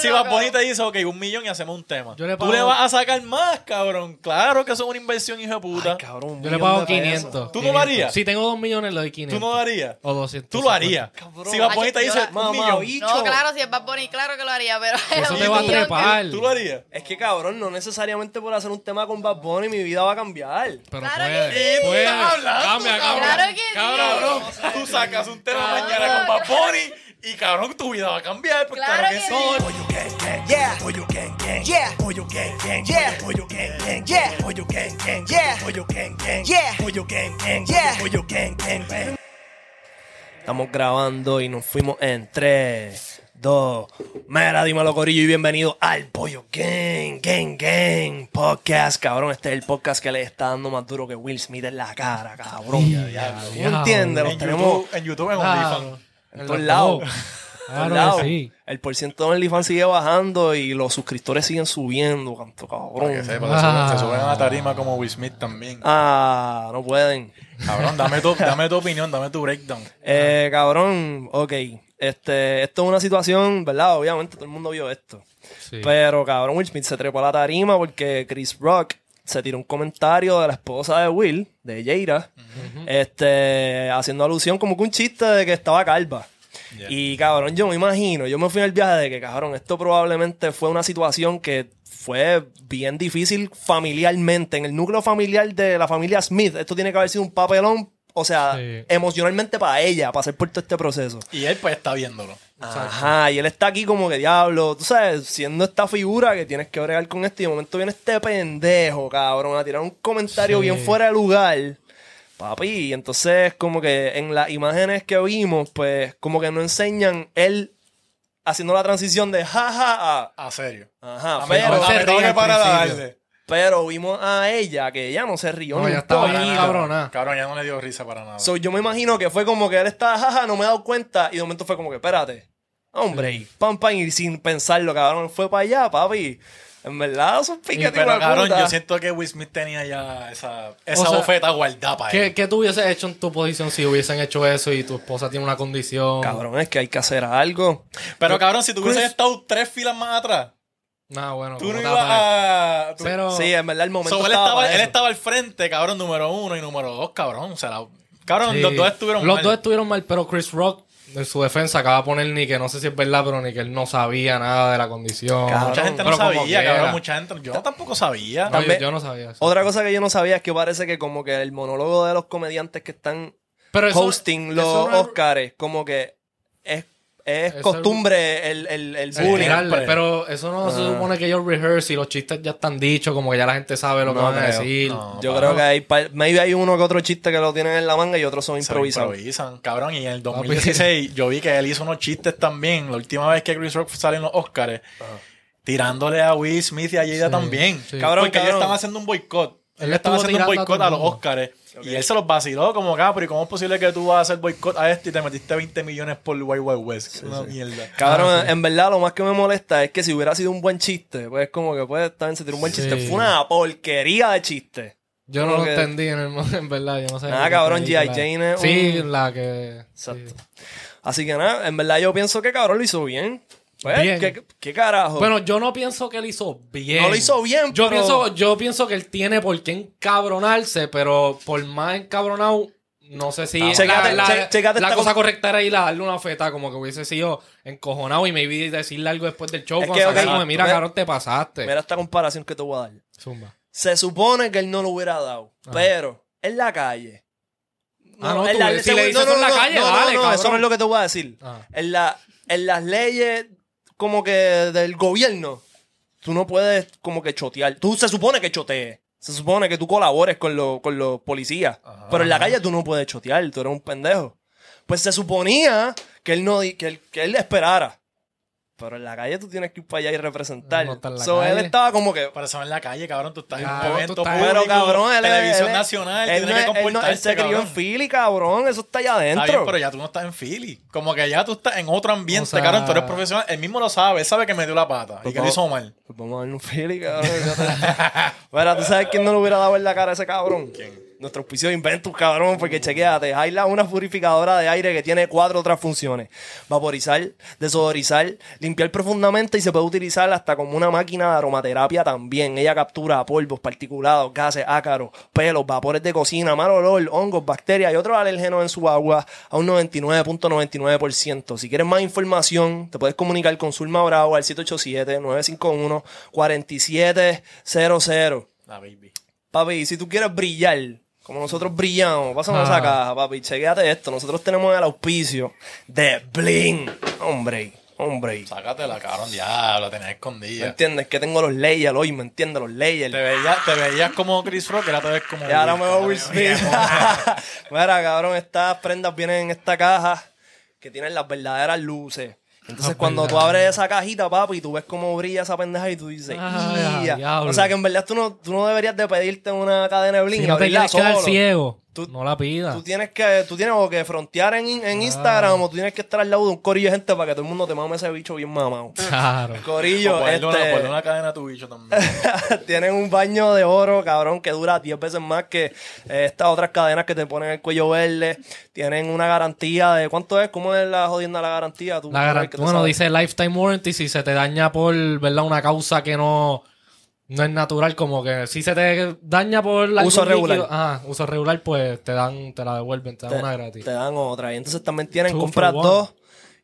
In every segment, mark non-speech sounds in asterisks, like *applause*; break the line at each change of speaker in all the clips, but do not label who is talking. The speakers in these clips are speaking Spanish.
si Bad Bunny te dice, ok, un millón y hacemos un tema.
Yo le
Tú le
pago-
vas a sacar más, cabrón. Claro que eso es una inversión, hijo de puta.
Ay, cabrón, un
Yo le
millón
pago
de pesos.
500.
¿Tú no lo harías?
Si tengo 2 millones, le doy
Tú
500.
no lo harías.
O 200.
Tú lo harías.
Cabrón.
Si Bad Bunny te
Ay,
dice,
mamá,
un millón.
bicho.
No, claro, si es Bad Bunny, claro que lo haría, pero... *laughs*
Eso
un
te va a
millón que-
trepar.
¿Tú lo harías?
Es que cabrón, no necesariamente por hacer un tema con Bad Bunny mi vida va a cambiar.
Pero
Claro
puede.
que sí.
puede.
Hablando,
Cambia,
cabrón.
cambia.
Claro que sí.
Cabrón.
Tú sacas un tema
Cabrón.
mañana con Bad Bunny y cabrón, tu vida va a cambiar. Pues claro,
Claro
que,
que
sí.
sí.
Yeah. Pollo gang gang. Yeah. Pollo gang gang. Yeah. Pollo gang gang. Yeah. Pollo gang gang. Yeah. Pollo gang gang. Yeah. Pollo gang gang. Yeah. Pollo gang gang. gang.
Estamos grabando y nos fuimos en 3, 2. Mira, dímelo, Corillo, y bienvenido al Pollo Gang, Gang, Gang Podcast. Cabrón, este es el podcast que le está dando más duro que Will Smith en la cara, cabrón. ¿Tú
diablo.
entiendes? Los
En
tenemos
YouTube, en YouTube, en
Claro.
OnlyFans.
en todos lados. En todos
Claro
lados.
que sí.
El porciento de OnlyFans sigue bajando y los suscriptores siguen subiendo, canto,
Para que
cabrón.
sepas,
Ah.
se, suben, se suben a la tarima como Will Smith también.
Ah, no pueden.
Cabrón, dame tu, dame tu opinión, dame tu breakdown.
Eh, cabrón, ok. Este, esto es una situación, ¿verdad? Obviamente todo el mundo vio esto.
Sí.
Pero, cabrón, Will Smith se trepó a la tarima porque Chris Rock se tiró un comentario de la esposa de Will, de Jaira, este, haciendo alusión como que un chiste de que estaba calva.
Yeah.
Y cabrón, yo me imagino, yo me fui en el viaje de que, cabrón, esto probablemente fue una situación que fue bien difícil familiarmente. En el núcleo familiar de la familia Smith, esto tiene que haber sido un papelón, o sea,
Sí.
emocionalmente para ella, pasar por todo este proceso.
Y él pues está viéndolo.
Ajá, y él está aquí como que diablo, tú sabes, siendo esta figura que tienes que bregar con esto y de momento viene este pendejo, cabrón, a tirar un comentario
Sí.
bien fuera de lugar. Papi, y entonces como que en las imágenes que vimos, pues como que no enseñan él haciendo la transición de jaja a...
A serio.
Ajá,
A mí
pero,
no me
Se
tengo
ríe
que
al
parar a
principio.
darle.
pero vimos a ella que ella no se rió.
No,
ni
ella
un
estaba
poquito.
bien,
Cabrón,
cabrona.
Cabrón, ya no le dio risa para nada.
So, yo me imagino que fue como que él estaba, jaja, no me he dado cuenta. Y de momento fue como que, espérate, hombre, y pam, pam, y sin pensarlo, cabrón, fue para allá, papi. En verdad, son
Y,
piquetes
pero cabrón, yo
puta.
siento que Will Smith tenía ya esa, esa
O sea,
bofeta guardada para
¿Qué,
él.
¿Qué tú hubieses hecho en tu posición si hubiesen hecho eso y tu esposa tiene una condición?
Cabrón, es que hay que hacer algo.
Pero cabrón, si tú
Chris-
hubieses estado tres filas más atrás,
Nah, bueno.
tú
como
no
te
ibas
apagas.
a... tú-
Pero...
Sí, en verdad, el momento
So, él,
estaba
estaba,
para
él
eso.
estaba al frente, cabrón, número uno y número dos, cabrón. O sea, la- cabrón,
Sí.
los dos estuvieron
Los
mal.
dos estuvieron mal, pero Chris Rock, en su defensa, acaba de poner ni que no sé si es verdad, pero ni que él no sabía nada de la condición.
Cabrón,
Mucha gente no
Pero como
sabía,
quiera.
cabrón, mucha gente... Yo tampoco sabía.
No, yo-
También-
yo, no sabía eso.
Otra cosa que yo no sabía es que parece que como que el monólogo de los comediantes que están
Pero eso-
hosting
eso
los
no es-
Oscars, como que es, es
Eso-
costumbre el, el, el
Sí,
bullying.
tirarle,
siempre.
pero eso no
Ah.
se supone que yo rehearse y los chistes ya están dichos, como que ya la gente sabe lo que
No
van a
creo,
decir.
no.
Yo
pa-
creo que hay, par- maybe hay uno que otro chiste que lo tienen en la manga y otros son
Se
improvisados.
improvisan, cabrón. Y en el 2016 yo vi que él hizo unos chistes también. La última vez que Chris Rock sale en los Oscars, tirándole a Will Smith y a Jada
Sí,
también.
sí.
Cabrón,
porque ellos
cabrón.
estaban haciendo un boicot.
Él
Ellos estaban haciendo un
estuvo tirando a
boicot
todo
a
el
los
mundo.
Oscars. Y él se los vaciló como Capri. ¿Cómo es posible que tú vas a hacer boicot a esto y te metiste 20 millones por Wild Wild West? Una mierda.
Cabrón,
Ah,
en verdad lo más que me molesta es que si hubiera sido un buen chiste, pues como que puede estar en sentir un buen
Sí.
chiste. Fue una porquería de chiste.
Yo no lo
Como que-
entendí en, el- *laughs* en verdad, yo no sé.
Nada,
qué
cabrón,
película
G.I. Jane es
Sí,
un-
la que...
Exacto.
sí.
Así que nada, en verdad yo pienso que cabrón lo hizo bien. Pues,
Bien.
¿qué, qué carajo?
Bueno, yo no pienso que él hizo bien.
No lo hizo bien,
yo
pero-
pienso Yo pienso que él tiene por qué encabronarse, pero por más encabronado, no sé si la,
Checate-
la-
che- checate
la cosa
esta cosa.
correcta era ir a darle una feta, como que hubiese sido encojonado y maybe decirle algo después del show
Es
cuando
que,
se
ok,
como de, mira,
mira-
cabrón, te pasaste.
Mira esta comparación que te voy a dar.
Zumba.
Se supone que él no lo hubiera dado, pero en la calle.
Ah, no, tú, si le dices eso en la calle,
no, no,
dale,
no, eso
cabrón.
no es lo que te voy a decir.
Ah.
En, la, en las leyes como que del gobierno, tú no puedes como que chotear. Tú se supone que chotees. Se supone que tú colabores con, lo- con los policías. Pero en la calle tú no puedes chotear, tú eres un pendejo. Pues se suponía que él no di- que él, que él esperara. Pero en la calle tú tienes que ir para allá y representar.
No está en la
So, él
calle.
estaba como que.
Para eso en la calle, cabrón. Tú estás en
Cabrón,
un
tú
evento
estás-
público,
Pero cabrón, él es-
televisión
él es-
nacional.
él no
tienes
es-
que
él no- él
comportarte,
se crió en
cabrón.
Philly, cabrón. Eso está allá adentro.
Está bien, pero ya tú no estás en Philly. Como que ya tú estás en otro ambiente,
O sea-
cabrón. Tú eres profesional. Él mismo lo sabe. Él sabe que me dio la pata y que lo
no.
hizo mal.
Pues vamos a darle un Philly, cabrón. Mira, ¿tú sabes quién no le hubiera dado en la cara a ese cabrón? ¿Quién? Nuestro auspicio de Inventus, cabrón, porque chequeate. Hayla es una purificadora de aire que tiene cuatro otras funciones. Vaporizar, desodorizar, limpiar profundamente y se puede utilizar hasta como una máquina de aromaterapia también. Ella captura polvos, particulados, gases, ácaros, pelos, vapores de cocina, mal olor, hongos, bacterias y otros alérgenos en su agua a un 99.99%. Si quieres más información, te puedes comunicar con Zulma Bravo al 787-951-4700.
La baby.
Papi, si tú quieres brillar, como nosotros brillamos, pásame esa caja, papi. Chequéate esto. Nosotros tenemos el auspicio de Bling. Hombre, hombre.
Sácatela, cabrón, diablo, tenés
¿Me
escondida.
entiendes? Que tengo los layers hoy, ¿me entiendes? Los layers.
Te veías, te veías como Chris Rock, ahora te ves como.
Y ahora me voy a
cabrón.
Will
*laughs*
Smith. *laughs* Mira, cabrón, estas prendas vienen en esta caja que tienen las verdaderas luces. Entonces,
Las
cuando tú
verdaderas.
abres esa cajita, papi, y tú ves cómo brilla esa pendeja y tú dices,
Ah,
"Ia".
diablo.
O sea, que en verdad tú no, tú no deberías de pedirte una cadena de bling.
Si no te
abrirla
quieres quedar
solo.
ciego,
Tú-
no la pidas. *laughs*
Tú tienes que, tú tienes o que frontear en, en
Ah.
Instagram o tú tienes que estar al lado de un corillo de gente para que todo el mundo te mame ese bicho bien mamado.
*laughs* Claro.
O
Corillo,
pues, ponle una-
este,
ponle una cadena a tu bicho también.
*laughs*
*laughs* tienen un baño de oro, cabrón, que dura 10 veces más que eh, estas otras cadenas que te ponen el cuello verde. Tienen una garantía de cuánto es, cómo es la jodienda la garantía. Tú,
La
tú
garan-
ves que te
bueno,
sabes.
dice lifetime warranty si se te daña por, ¿verdad? Una causa que no, no es natural, como que si se te daña por algún
Uso regular.
líquido- ajá, uso regular, pues te dan, te la devuelven, te dan
te,
una gratis.
te dan otra. Y entonces también tienen,
Two for
compras
one.
dos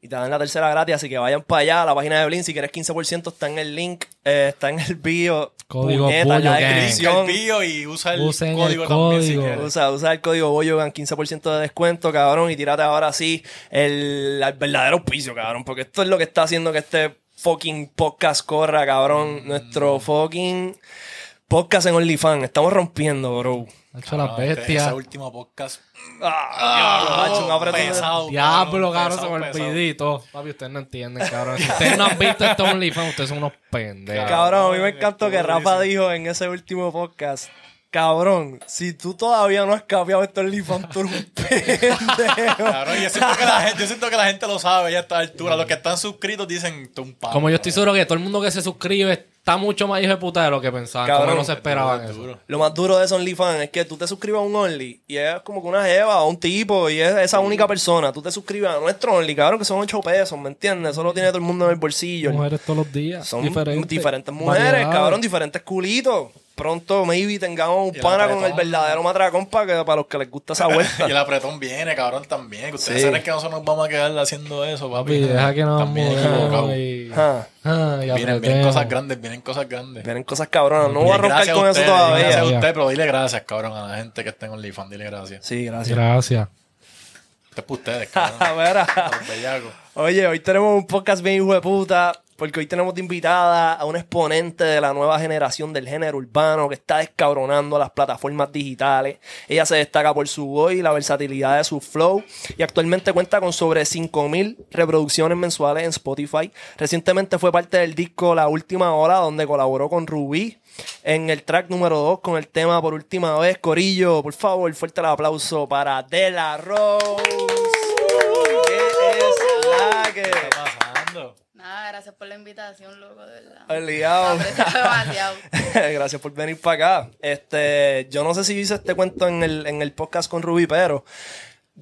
y te dan la tercera gratis. Así que vayan para allá a la página de Blink. Si quieres 15% está en el link, eh, está en el bio.
Código
Puñeta, en la
Bollo Gang.
Usa
descripción.
el bio y usa el
Usen el
código también si
código.
quieres.
Usa, usa el código Boyogan, 15% de descuento, cabrón, y tírate ahora sí el, el verdadero auspicio, cabrón, porque esto es lo que está haciendo que este fucking podcast corra,
Mm.
cabrón. Nuestro fucking podcast en OnlyFans. Estamos rompiendo, bro.
Ha hecho las
Este-
bestias.
Ese último podcast.
Ah, macho, un apretón de-
pesado,
Diablo, cabrón, se me
pesado,
olvidó y todo. Papi, ustedes no entienden, cabrón. Si ustedes no han visto este OnlyFans, ustedes son unos pendejos.
Cabrón, a mí me
Cabrón,
encantó que
estuvo
Rafa
buenísimo.
dijo en ese último podcast. Cabrón, si tú todavía no has cambiado esto en tú eres un *laughs* pendejo.
Cabrón, yo siento, que la gente, yo siento que la gente lo sabe ya a esta altura. Los que están suscritos dicen tú un pavo".
Como yo estoy seguro que todo el mundo que se suscribe está mucho más hijo de puta de lo que pensaban.
Cabrón,
como no se esperaban
Duro,
eso.
duro.
Lo más duro de ese OnlyFans es que tú te suscribes a un Only y es como que una jeva o un tipo y es esa única persona. Tú te suscribes a nuestro Only, cabrón, que son 8 pesos, ¿me entiendes? Eso lo tiene todo el mundo en el bolsillo.
Mujeres todos los días.
Son
diferentes,
diferentes, mujeres,
variedades.
cabrón, diferentes culitos. Pronto, maybe, tengamos un
Y el
pana con el
apretón.
verdadero matracón para, que- para los que les gusta esa
*laughs*
vuelta.
Y el apretón viene, cabrón, también. Que ustedes
Sí.
saben que nosotros nos vamos a quedar haciendo eso, papi.
Papi, deja que nos
También
mudemos
equivocado.
y...
Ajá.
Ah, y
Vienen, vienen
apretemos.
cosas grandes, vienen cosas grandes.
Vienen cosas cabronas. No voy a
Gracias
roncar
a
con eso
ustedes,
todavía.
Gracias a
Ya.
usted, pero dile gracias, cabrón, a la gente que está en OnlyFans. Dile gracias.
Sí, gracias.
Gracias.
Esto es para ustedes,
*laughs*
cabrón.
Mira,
los bellacos.
Oye, hoy tenemos un podcast bien hijo de puta, porque hoy tenemos de invitada a un exponente de la nueva generación del género urbano que está descabronando las plataformas digitales. Ella se destaca por su voz y la versatilidad de su flow y actualmente cuenta con sobre 5.000 reproducciones mensuales en Spotify. Recientemente fue parte del disco La Última Hora, donde colaboró con Rubí en el track número 2 con el tema Por Última Vez. Corillo, por favor, fuerte el aplauso para De La Rose. ¿Qué es la Ah, que?
¿Qué está pasando?
Nada, gracias por la invitación, loco, de verdad.
Obligado.
Me aprecio
*laughs*
demasiado.
*laughs* Gracias por venir para acá. Este, yo no sé si hice este cuento en el, en el podcast con Ruby, pero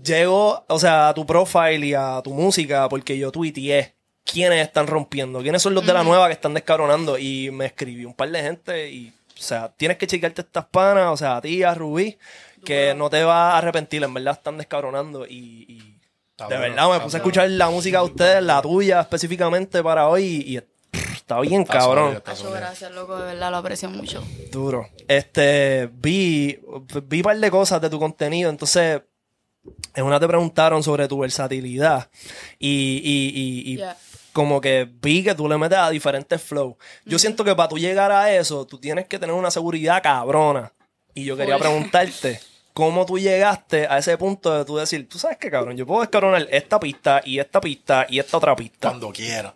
llego, o sea, a tu profile y a tu música, porque yo tuiteé quiénes están rompiendo, quiénes son los de la nueva que están descabronando. Y me escribió un par de gente y, o sea, tienes que chequearte estas panas, o sea, a ti, a Rubí, que no te vas a arrepentir, en verdad están descabronando y- y
Está
de
bueno,
verdad,
está
me puse a
bueno.
escuchar la música de ustedes, la tuya específicamente para hoy y, y pff, está bien,
Está
cabrón.
sólido, está
Hacho,
sólido.
gracias, loco, de verdad, lo aprecio mucho.
Duro. Este, vi, vi un par de cosas de tu contenido, entonces en una te preguntaron sobre tu versatilidad y, y- y- y
Yeah.
como que vi que tú le metes a diferentes flows. Yo siento que para tú llegar a eso, tú tienes que tener una seguridad cabrona. Y yo quería
Full.
preguntarte, ¿cómo tú llegaste a ese punto de tú decir, tú sabes qué, cabrón, yo puedo descabronar esta pista y esta pista y esta otra pista?
Cuando quiera.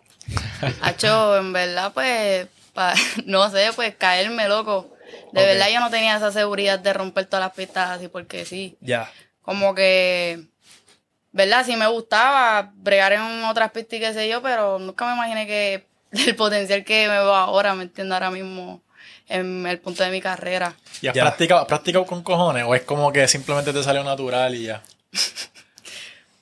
Hacho, en verdad, pues, pa- *laughs* no sé, pues caerme, loco. De
Ok.
verdad, yo no tenía esa seguridad de romper todas las pistas así porque sí.
Ya.
Como que, ¿verdad? Sí me gustaba bregar en otras *laughs* pistas y qué sé yo, pero nunca me imaginé que el potencial que me veo ahora, ¿me entiendes? Ahora mismo en el punto de mi carrera.
¿Y has
Ya.
practicado, has practicado con cojones o es como que simplemente te salió natural y ya?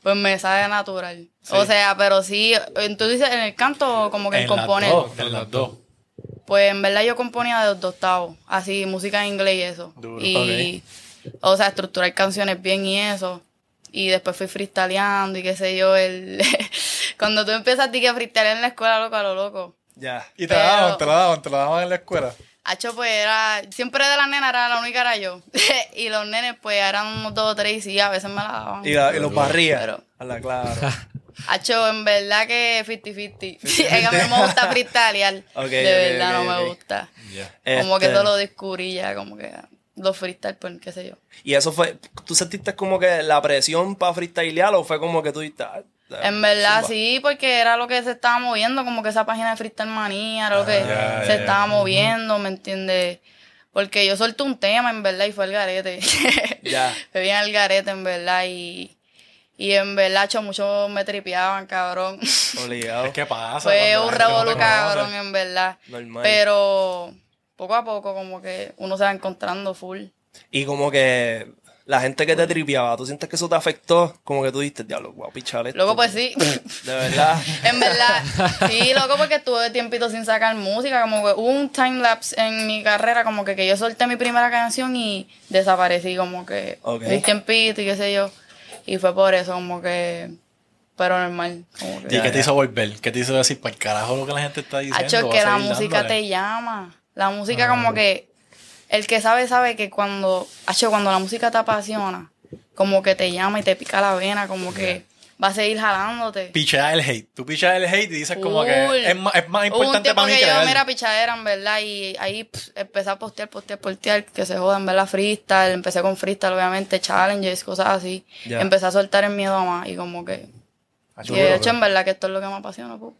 Pues me sale natural. O sea, pero sí, eh, tú dices en el canto o como que en,
las
componer.
dos, en las dos.
Pues en verdad yo componía de los dos octavos, así, música en inglés y eso.
Duro,
y, o sea, estructurar canciones bien y eso. Y después fui freestyleando y qué sé yo, el... *laughs* cuando tú empiezas a ti que freestylear en la escuela, loco, a lo loco.
Ya.
Y te
Pero-
la daban, te la daban, te la daban en la escuela.
Hacho, pues era, siempre de la nena era la única era yo. *laughs* y los nenes, pues eran unos dos o tres y sí, a veces me la daban.
Y, la- y los barría.
Pero-
A la clara.
Hacho, en verdad que *laughs* 50-50. Es que a mí no me gusta freestylear.
*laughs* Ok,
de
ok,
verdad
ok,
no
ok.
me gusta.
Este,
Como que todo lo descubrí ya, como que los freestyle, pues qué sé yo.
Y eso fue. ¿Tú sentiste como que la presión para freestylear o fue como que tú dijiste. ah, ah,
En verdad
zumba?
sí, porque era lo que se estaba moviendo, como que esa página de Freestyle Manía, era lo que
Ah, ya,
se
ya,
estaba moviendo, ¿me entiendes? Porque yo solté un tema, en verdad, y fue el garete. *laughs*
Ya.
fue bien el garete, en verdad, y, y en verdad, cho, muchos me tripeaban, cabrón. *laughs*
Obligado.
¿Qué pasa?
fue un
cuando la gente no te
revolú,
conoce?
cabrón, en verdad.
Normal.
Pero poco a poco, como que uno se va encontrando full.
Y como que. La gente que te tripeaba, ¿tú sientes que eso te afectó? Como que tú dijiste, diablo, guau, pichar esto.
Luego, pues sí.
*laughs*
*laughs*
De verdad.
En verdad, sí, loco, porque estuve tiempito sin sacar música, como que hubo un time lapse en mi carrera, como que, que yo solté mi primera canción y desaparecí, como que
Ok.
un tiempito y qué sé yo. Y fue por eso, como que, pero normal, como
¿Y
que.
qué te hizo volver? ¿Qué te hizo decir para el carajo lo que la gente está diciendo?
Hacho,
voy a
que la
seguir
música
dándole"? Ah,
te llama. La música como que, el que sabe, sabe que cuando, hacho, cuando la música te apasiona, como que te llama y te pica la vena, como que va a seguir jalándote.
Pichea el hate. Tú picheas el hate y dices como
Full.
que es más, es más
Hubo un
importante
tiempo
para mí
que
que
yo,
el-
mira, pichadera, en verdad, y ahí pss, empecé a postear, postear, postear, que se jodan, ¿verdad? Freestyle, empecé con freestyle, obviamente, challenges, cosas así.
Ya.
Empecé a soltar el miedo a más y como que...
Hacho,
Y de
Ah, duro,
hecho, en verdad, que esto es lo que me apasiona, pues. pu.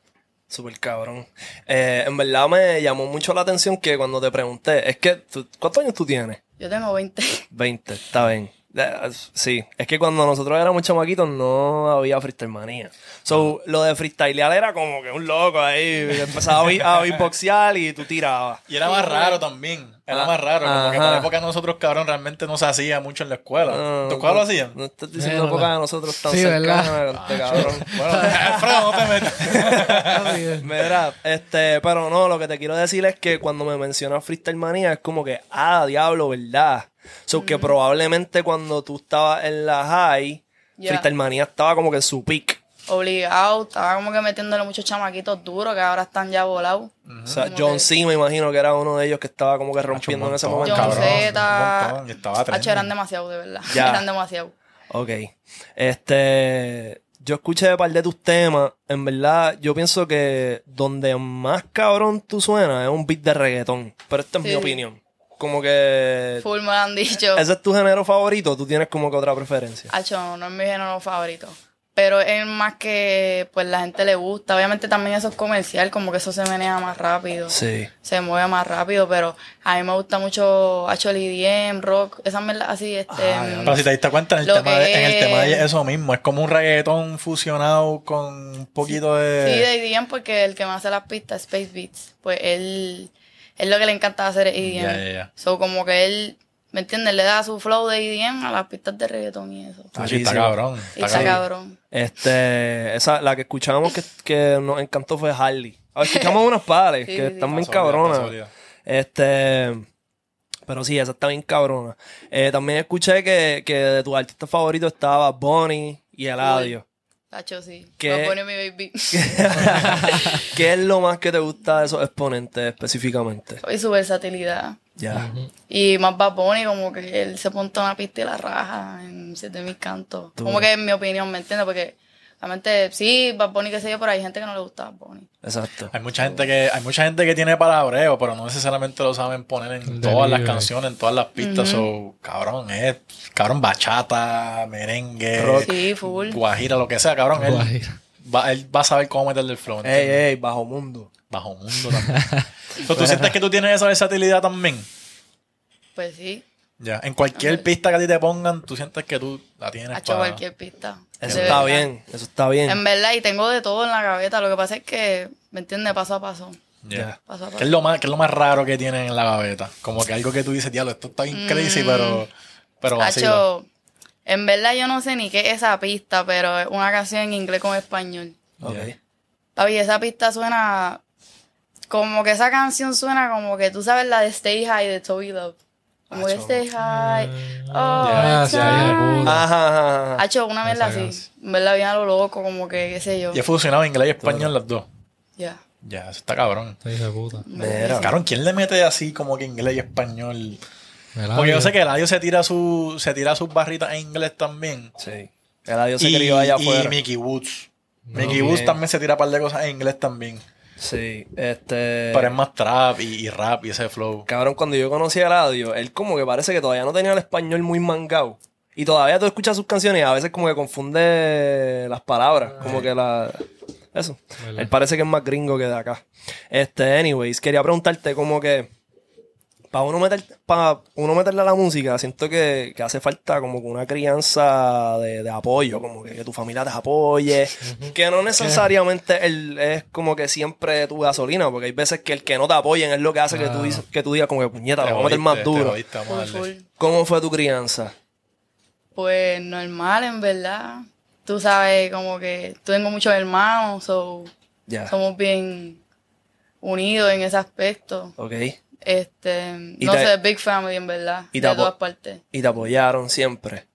Súper cabrón. Eh, en verdad me llamó mucho la atención que cuando te pregunté, es que, tú- ¿cuántos años tú tienes?
Yo tengo 20.
20, está bien. Eh, Sí, es que cuando nosotros éramos chamaquitos no había freestyle manía. So, lo de freestylear era como que un loco ahí, empezaba a, bi- a beatboxear y tú tirabas.
Y era más raro también. Era
Ah,
más raro. Como que
ajá.
para la época de nosotros, cabrón, realmente no se hacía mucho en la escuela. ¿Tu escuela lo hacían?
No estás
Eh,
diciendo
¿verdad?
poca de nosotros tan
Sí, ¿verdad? Ah,
cercanos, este cabrón.
Bueno, *laughs* Alfredo, no te metas.
*laughs* Mira, este, pero no, lo que te quiero decir es que cuando me mencionas Freestyle Manía es como que, ah, diablo, ¿verdad? So que probablemente cuando tú estabas en la high,
Ya.
Freestyle Manía estaba como que en su peak.
*laughs* Obligado, estaba como que metiéndole muchos chamaquitos duros que ahora están ya volados.
Mm.
O sea,
Como
John
que-
C. me imagino que era uno de ellos que estaba como que rompiendo en ese
montón,
momento.
John
cabrón, un
Z.
montón, y estaba trending.
Hacho, eran demasiado, de verdad. *laughs*
Ya.
Eran demasiado.
Ok. Este. Yo escuché un par de tus temas. En verdad, yo pienso que donde más cabrón tú suenas es un beat de reggaetón. Pero esta es mi
Sí.
opinión. Como que.
Full me lo han
Eh,
dicho.
¿Ese es tu género favorito? ¿Tú tienes como que otra preferencia?
Hacho, no es mi género favorito. Pero es más que pues la gente le gusta. Obviamente también eso es comercial, como que eso se menea más rápido.
Sí.
Se mueve más rápido, pero a mí me gusta mucho Hacho el EDM, rock, esas mierdas así, este. mm,
Ah, Pero si te diste cuenta, en el,
Lo
tema de, en el
que-
tema de ella es eso mismo. Es como un reggaetón fusionado con un poquito de...
sí, de EDM porque el que me hace las pistas, Space Beats, pues él, él lo que le encanta hacer es EDM.
Ya, ya, ya.
So como que él, ¿me entiendes? Le da su flow de EDM a las pistas de reggaetón y eso.
Ah, sí, está
Durísimo.
cabrón.
Y
Está
está
cabrón.
cabrón.
Este. Esa, la que escuchamos que, que nos encantó fue Harley.
*laughs*
Ah, escuchamos unas pares
Sí,
que
sí, sí.
están bien
Está sólida, está
cabronas.
sólida.
Este. Pero sí, esa está bien cabrona. Eh, también escuché que, que de tus artistas favoritos estaba Bonnie y Eladio.
Hacho, sí.
¿Qué?
Lo pone mi baby.
¿Qué es lo más que te gusta de esos exponentes específicamente?
*laughs* y su versatilidad.
Ya.
Y más Bad Bunny, como que él se monta una pista y la raja en siete mil cantos.
Tú.
Como que en mi opinión, ¿me entiendes? Porque realmente, sí, Bad Bunny, qué sé yo, pero hay gente que no le gusta Bad Bunny.
Exacto.
Hay mucha gente que hay mucha gente que tiene palabreo, pero no necesariamente lo saben poner en
Delivery.
todas las canciones, en todas las pistas. So, cabrón, es cabrón bachata, merengue,
Rock.
Sí, full.
guajira, lo que sea, cabrón. él
Guajira.
va, él va a saber cómo meterle el flow.
Ey,
¿entiendes?
ey, bajo mundo.
Bajo mundo también. So, ¿Tú sientes que tú tienes esa versatilidad también?
Pues sí,
Ya, en cualquier pista que a ti te pongan, tú sientes que tú la tienes
ha hecho
para...
cualquier pista.
Eso
De
está
verdad.
bien, eso está bien.
En verdad, y tengo de todo en la gaveta. Lo que pasa es que, ¿me entiendes? Paso a paso.
Yeah.
Paso a paso.
¿Qué, es lo más, qué es lo más raro que tienen en la gaveta? Como que algo que tú dices, diablo, esto está bien crazy, pero. Pero vacilo.
Mm. Hacho, en verdad yo no sé ni qué es esa pista, pero es una canción en inglés con español.
Ok.
Papi, esa pista suena. Como que esa canción suena como que tú sabes la de Stay High de Toby Love. Como que
Acho.
Stay High. Oh,
Mm. Ya,
it's
sí, ahí de
time.
puta.
Ajá, ajá, ajá.
Hacho, una vez
Esa
así.
canción.
En verdad, bien a lo loco, como que, qué sé yo.
Y he
Ya.
fusionado inglés y español las dos.
Yeah.
Ya, eso está cabrón.
Ahí Este de puta.
Mira.
Cabrón, ¿quién le mete así como que inglés y español?
Mira,
Porque yo
tío.
sé que Eladio se tira su, se tira sus barritas en inglés también.
Sí. El adiós se
y,
crió allá
y
afuera.
Mickey Woods.
No,
Mickey
bien.
Woods también se tira un par de cosas en inglés también.
Sí, este.
Pero es más trap y, y rap y ese flow.
Cabrón, cuando yo conocí a Eladio, él como que parece que todavía no tenía el español muy mangado. Y todavía tú escuchas sus canciones y a veces como que confunde las palabras. Como que la... Eso.
¿Verdad?
Él parece que es más gringo que de acá. Este, anyways, quería preguntarte como que... Para uno, meter, pa uno meterle a la música, siento que, que hace falta como que una crianza de, de apoyo, como que, que tu familia te apoye, que no necesariamente el- es como que siempre tu gasolina, porque hay veces que el que no te apoyen es lo que hace que, tú,
Claro.
dices- que tú digas como que puñeta,
Ah. Te
lo vamos a meter
jodiste,
más
te
duro.
jodiste, vamos a
Full,
darle.
full.
¿Cómo fue tu crianza?
Pues normal, en verdad. Tú sabes, como que tengo muchos hermanos, so,
Ya.
somos bien unidos en ese aspecto.
Ok.
Este,
Y
no
te-
sé, Big Family, en verdad.
y te
de
apo-
todas partes.
Y te apoyaron siempre.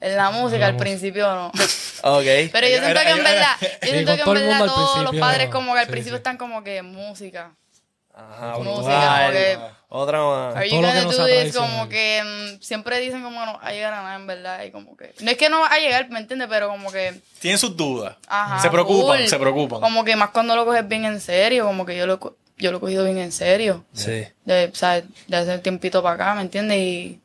En la música, al
música.
principio no.
Ok.
Pero yo
Ellos
siento
eran-
que en
ellos
verdad,
eran-
yo
Sí,
siento
con
que en
todo el
verdad
mundo al
todos los
principio,
padres como que al
sí,
principio
sí.
están como que música.
Ajá,
Música,
brutal.
porque-
Otra más.
Are you
todo lo que
gonna
no
do
sea
this? Como
tradicional.
que mm, siempre dicen como que no va a llegar a nada en verdad y como que... No es que no va a llegar, ¿me entiendes? Pero como que...
Tienen sus dudas.
Ajá,
se preocupan,
full.
se preocupan.
Como que más cuando lo coges bien en serio, como que yo lo, co- yo lo he cogido bien en serio.
Sí.
De, o sea, de hace un tiempito para acá, ¿me entiendes? Y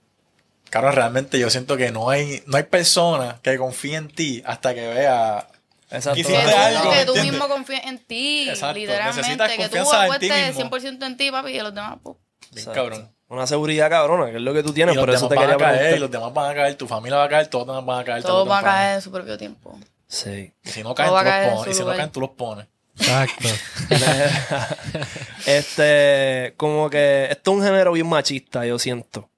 Cabrón, realmente yo siento que no hay, no hay persona que confíe en ti hasta que vea.
Exacto.
Quisiste
que
Hiciste
tú,
algo,
que
¿me
tú
entiendes?
mismo confíes en ti,
Exacto, necesitas
literalmente. Que tú
confianza en ti
apuestes
mismo.
100% en ti, papi, y los demás... pues,
Bien,
Exacto.
cabrón.
Una seguridad cabrona, que es lo que tú tienes,
y los
por eso
demás
te
van
quería
a caer, y
preguntar.
los demás van a caer, tu familia va a caer, todos los demás van a caer.
Todos
tarde o
van a
temprano.
caer en su propio tiempo.
Sí.
Y si no caen,
Todo va
tú
a caer en
los
su
pones. Y si no
lugar.
caen, tú los pones.
Exacto.
*laughs* este, como que esto es un género bien machista, yo siento.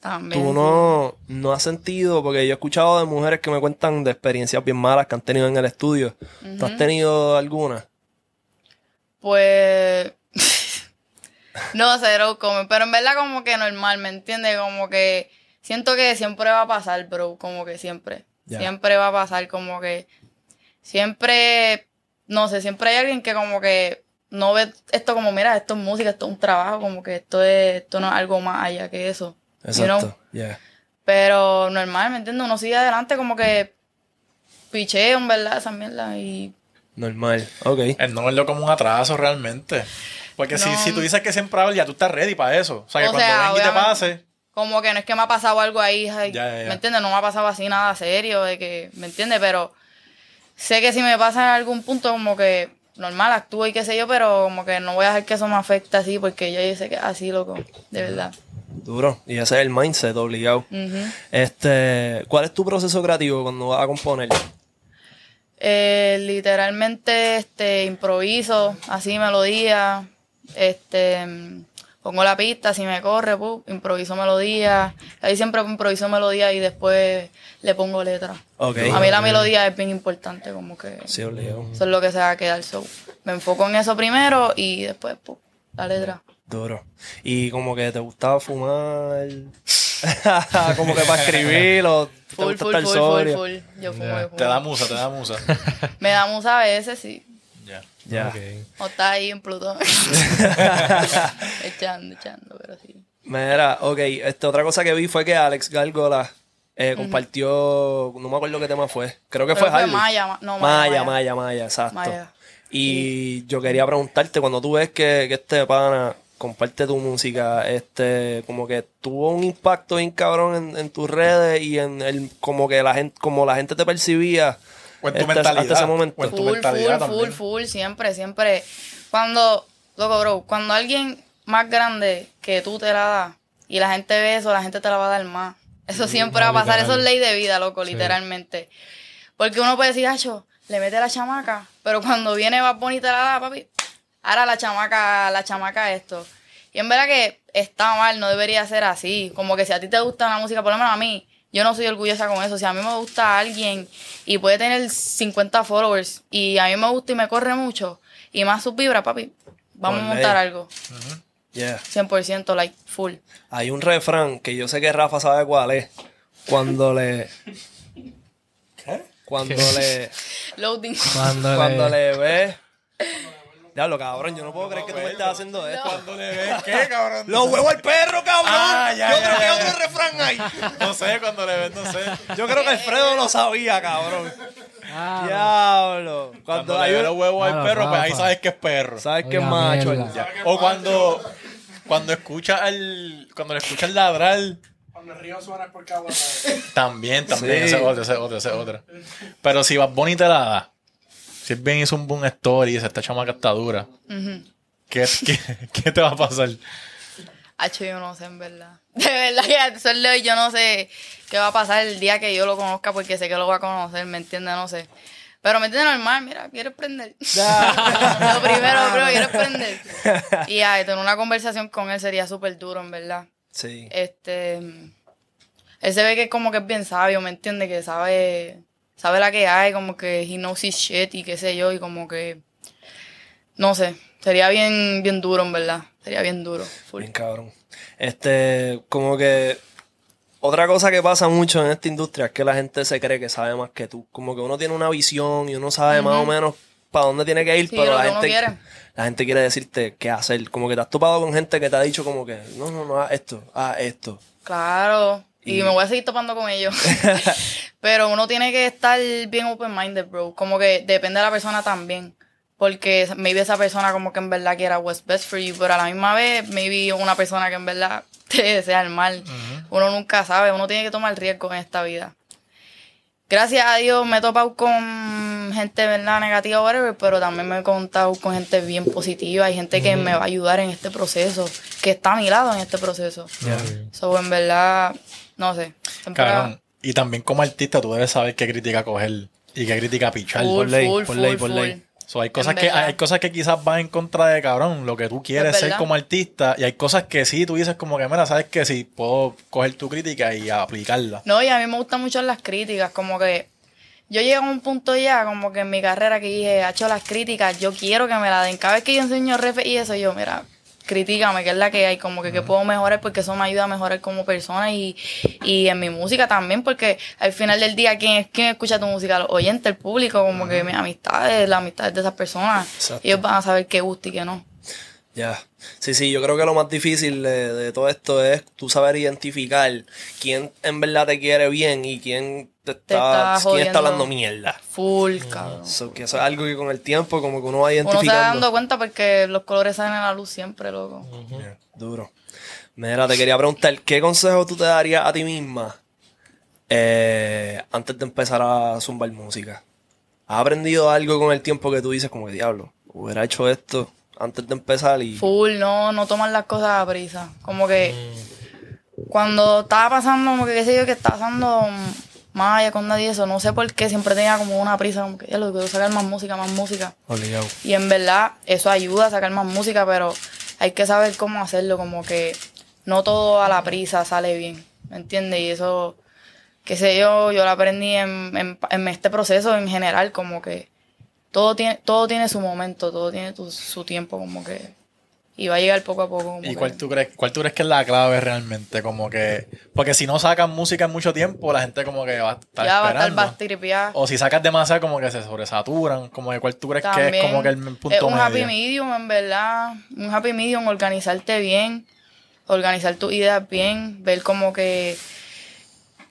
También.
Tú
sí.
no, no has sentido, porque yo he escuchado de mujeres que me cuentan de experiencias bien malas que han tenido en el estudio. ¿Tú has tenido alguna?
Pues. *laughs* no, cero come. Pero en verdad, como que normal, ¿me entiendes? Como que siento que siempre va a pasar, bro. Como que siempre.
Ya.
Siempre va a pasar, como que. Siempre. No sé, siempre hay alguien que, como que. No ve esto como, mira, esto es música, esto es un trabajo, como que esto es, esto no es algo más allá que eso. you know?
Exacto. Yeah.
Pero normal, ¿me entiendes? Uno sigue adelante como que picheo, en verdad, esa mierda. Y
Normal. Ok.
El no verlo como un atraso realmente. Porque si,
No.
si tú dices que siempre hablas, ya tú estás ready para eso. O sea, que
O
cuando
sea,
venga y te
obviamente.
pase,
Como que no es que me ha pasado algo ahí, ay,
Ya, ya, ya.
¿me entiendes? No me ha pasado así nada serio, de que, ¿me entiendes? Pero sé que si me pasa en algún punto, como que normal, actúo y qué sé yo, pero como que no voy a dejar que eso me afecte así, porque yo, yo sé que es así, loco, de verdad.
Duro. Y ese es el mindset obligado.
Ujú.
Este, ¿cuál es tu proceso creativo cuando vas a componer?
Eh, literalmente, este, improviso, así melodía, este, mm, pongo la pista, si me corre, pu, improviso melodía, ahí siempre improviso melodía y después le pongo letra.
Ok.
A mí la melodía es bien importante, como que
Sí, obligado.
eso es lo que se va a quedar. So, me enfoco en eso primero y después pu, la letra.
Duro. Y como que te gustaba fumar. *laughs* como que para escribir o te
Full,
gusta
full,
estar
full, full,
sobrio.
full. Yo fumo, yo fumo.
te da musa, te da musa.
Me da musa a veces, sí.
Ya.
*laughs* Ya.
Ok.
O está ahí en
*laughs*
Plutón. echando, echando, pero sí.
Mira, ok. Este, otra cosa que vi fue que Alex Gárgola eh, compartió. No me acuerdo qué tema fue. Creo que
Creo
fue
que fue
Harley.
Maya, ma- no,
Maya,
Maya,
Maya, Maya, exacto.
Maya.
Y yo quería preguntarte, cuando tú ves que, que este pana comparte tu música, este, como que tuvo un impacto bien cabrón en, en tus redes y en el, como que la gente, como la gente te percibía.
O en tu
este-
mentalidad.
Hasta ese momento.
O en tu
Full,
mentalidad
full,
también.
full, full, siempre, siempre. Cuando, loco, bro, cuando alguien más grande que tú te la da y la gente ve eso, la gente te la va a dar más. Eso siempre
no,
va a pasar, eso
literal.
es ley de vida, loco,
Sí.
literalmente. Porque uno puede decir, acho, le mete la chamaca, pero cuando viene va bonita la da, papi, ahora la chamaca, la chamaca esto. Y en verdad que está mal, no debería ser así. Como que si a ti te gusta la música, por lo menos a mí, yo no soy orgullosa con eso. Si a mí me gusta alguien y puede tener 50 followers y a mí me gusta y me corre mucho y más sus vibras, papi, vamos
Por
a
ley.
montar algo.
Yeah.
100% like full.
Hay un refrán que yo sé que Rafa sabe cuál es. Cuando le. ¿Qué? Cuando le. *laughs*
Loading.
Cuando,
Cuando
le...
le ve. Diablo, cabrón, yo no puedo creer que tú me estás haciendo esto.
*laughs* Cuando le ves, ¿qué, cabrón?
¡Los huevos al perro, cabrón!
Ah, ya,
yo
ya,
creo que
ya,
hay
ya.
otro refrán ahí.
No sé, cuando le ves, no sé.
Yo creo que Alfredo lo sabía, cabrón.
Ah,
Diablo.
Cuando,
Cuando
le
hay
ves
un-
los huevos al
Claro,
perro, pues
Rafa.
ahí sabes que es perro.
¿Sabes qué es
Oiga,
macho?
mierda.
Ya. O cuando, cuando escuchas al, cuando le escuchas ladrar.
Cuando el río suena por cabo.
También, también.
Sí.
Esa es otra, esa es otra, esa es otra. Pero si Bad Bunny te la da, si él bien hizo un boom story, dice, esta chamaca está dura,
Ujú.
¿qué, qué, qué te va a pasar?
Hacho, yo no sé, en verdad. *laughs* De verdad que al sol de hoy yo no sé qué va a pasar el día que yo lo conozca porque sé que lo va a conocer, ¿me entiendes? No sé. Pero me entiendes normal, mira, quieres prender. *laughs* lo primero, bro, quieres prender. Y ay, tener una conversación con él sería súper duro, en verdad.
Sí.
Este. Él se ve que como que es bien sabio, ¿me entiendes? Que sabe. Sabe la que hay, como que he knows his shit y qué sé yo, y como que. No sé. Sería bien, bien duro, en verdad. Sería bien duro. full.
Bien cabrón. Este, como que otra cosa que pasa mucho en esta industria es que la gente se cree que sabe más que tú. Como que uno tiene una visión y uno sabe más o menos para dónde tiene que ir,
Sí,
pero
lo
la
que uno
gente,
quiere.
la gente quiere decirte qué hacer. Como que te has topado con gente que te ha dicho como que, no, no, no, haz esto, haz esto.
Claro. Y,
Y-
me voy a seguir topando con ellos. Pero uno tiene que estar bien open-minded, bro. Como que depende de la persona también. Porque maybe esa persona como que en verdad quiera what's best for you. Pero a la misma vez, maybe una persona que en verdad *laughs* te desea el mal. Uno nunca sabe. Uno tiene que tomar riesgos en esta vida. Gracias a Dios me he topado con gente, ¿verdad? Negativa, whatever, pero también me he contado con gente bien positiva. Hay gente que me va a ayudar en este proceso, que está a mi lado en este proceso. So, en verdad, no sé. siempre-
Cabrón. Y también como artista, tú debes saber qué crítica coger y qué crítica pichar.
Full,
ley,
full,
por ley,
full,
por ley.
full.
So, hay cosas
En
que
verdad.
hay cosas que quizás van en contra de cabrón, lo que tú quieres
Es
ser
verdad.
como artista, y hay cosas que sí, tú dices como que, mira, sabes que sí, puedo coger tu crítica y aplicarla.
No, y a mí me gustan mucho las críticas, como que yo llegué a un punto ya, como que en mi carrera que dije, ha hecho las críticas, yo quiero que me la den. Cada vez que yo enseño refe y eso, yo, mira, critícame, que es la que hay, como que, que puedo mejorar, porque eso me ayuda a mejorar como persona y, y en mi música también, porque al final del día, ¿quién, es- quién escucha tu música? Los oyentes, el público, como que mis amistades, las amistades de esas personas,
Exacto.
ellos van a saber qué gusta y qué no.
Ya. Sí, sí, yo creo que lo más difícil de, de todo esto es tú saber identificar quién en verdad te quiere bien y quién te
Te
está,
está
quién está
jodiendo.
hablando mierda.
Full, cabrón.
So, que eso es algo que con el tiempo como que uno va
Uno se
identificando.
va dando cuenta porque los colores salen a la luz siempre, loco.
Mm. Duro. Mira, te quería preguntar, ¿qué consejo tú te darías a ti misma eh, antes de empezar a zumbar música? ¿Has aprendido algo con el tiempo que tú dices como que diablo? Hubiera hecho esto antes de empezar y...
Full, no, no toman las cosas a prisa. Como que cuando estaba pasando, como que qué sé yo, que estaba pasando mm, Maya con nadie eso, no sé por qué, siempre tenía como una prisa, como que ya lo quiero sacar más música, más música.
Obligado.
Y en verdad, eso ayuda a sacar más música, pero hay que saber cómo hacerlo, como que no todo a la prisa sale bien, ¿me entiendes? Y eso, qué sé yo, yo lo aprendí en, en- en este proceso en general, como que todo tiene, todo tiene su momento, todo tiene tu- su tiempo, como que... Y va a llegar poco a poco. como
¿Y
que-
cuál tú, crees, cuál tú crees que es la clave realmente? Como que. Porque si no sacan música en mucho tiempo, la gente como que va a estar
ya va a estar
esperando.
bastripeada.
o si sacas demasiado, como que se sobresaturan. Como que cuál tú crees que es
También
como que el punto
es un happy
medio.
medium, en verdad. Un happy medium, organizarte bien, organizar tus ideas bien, ver como que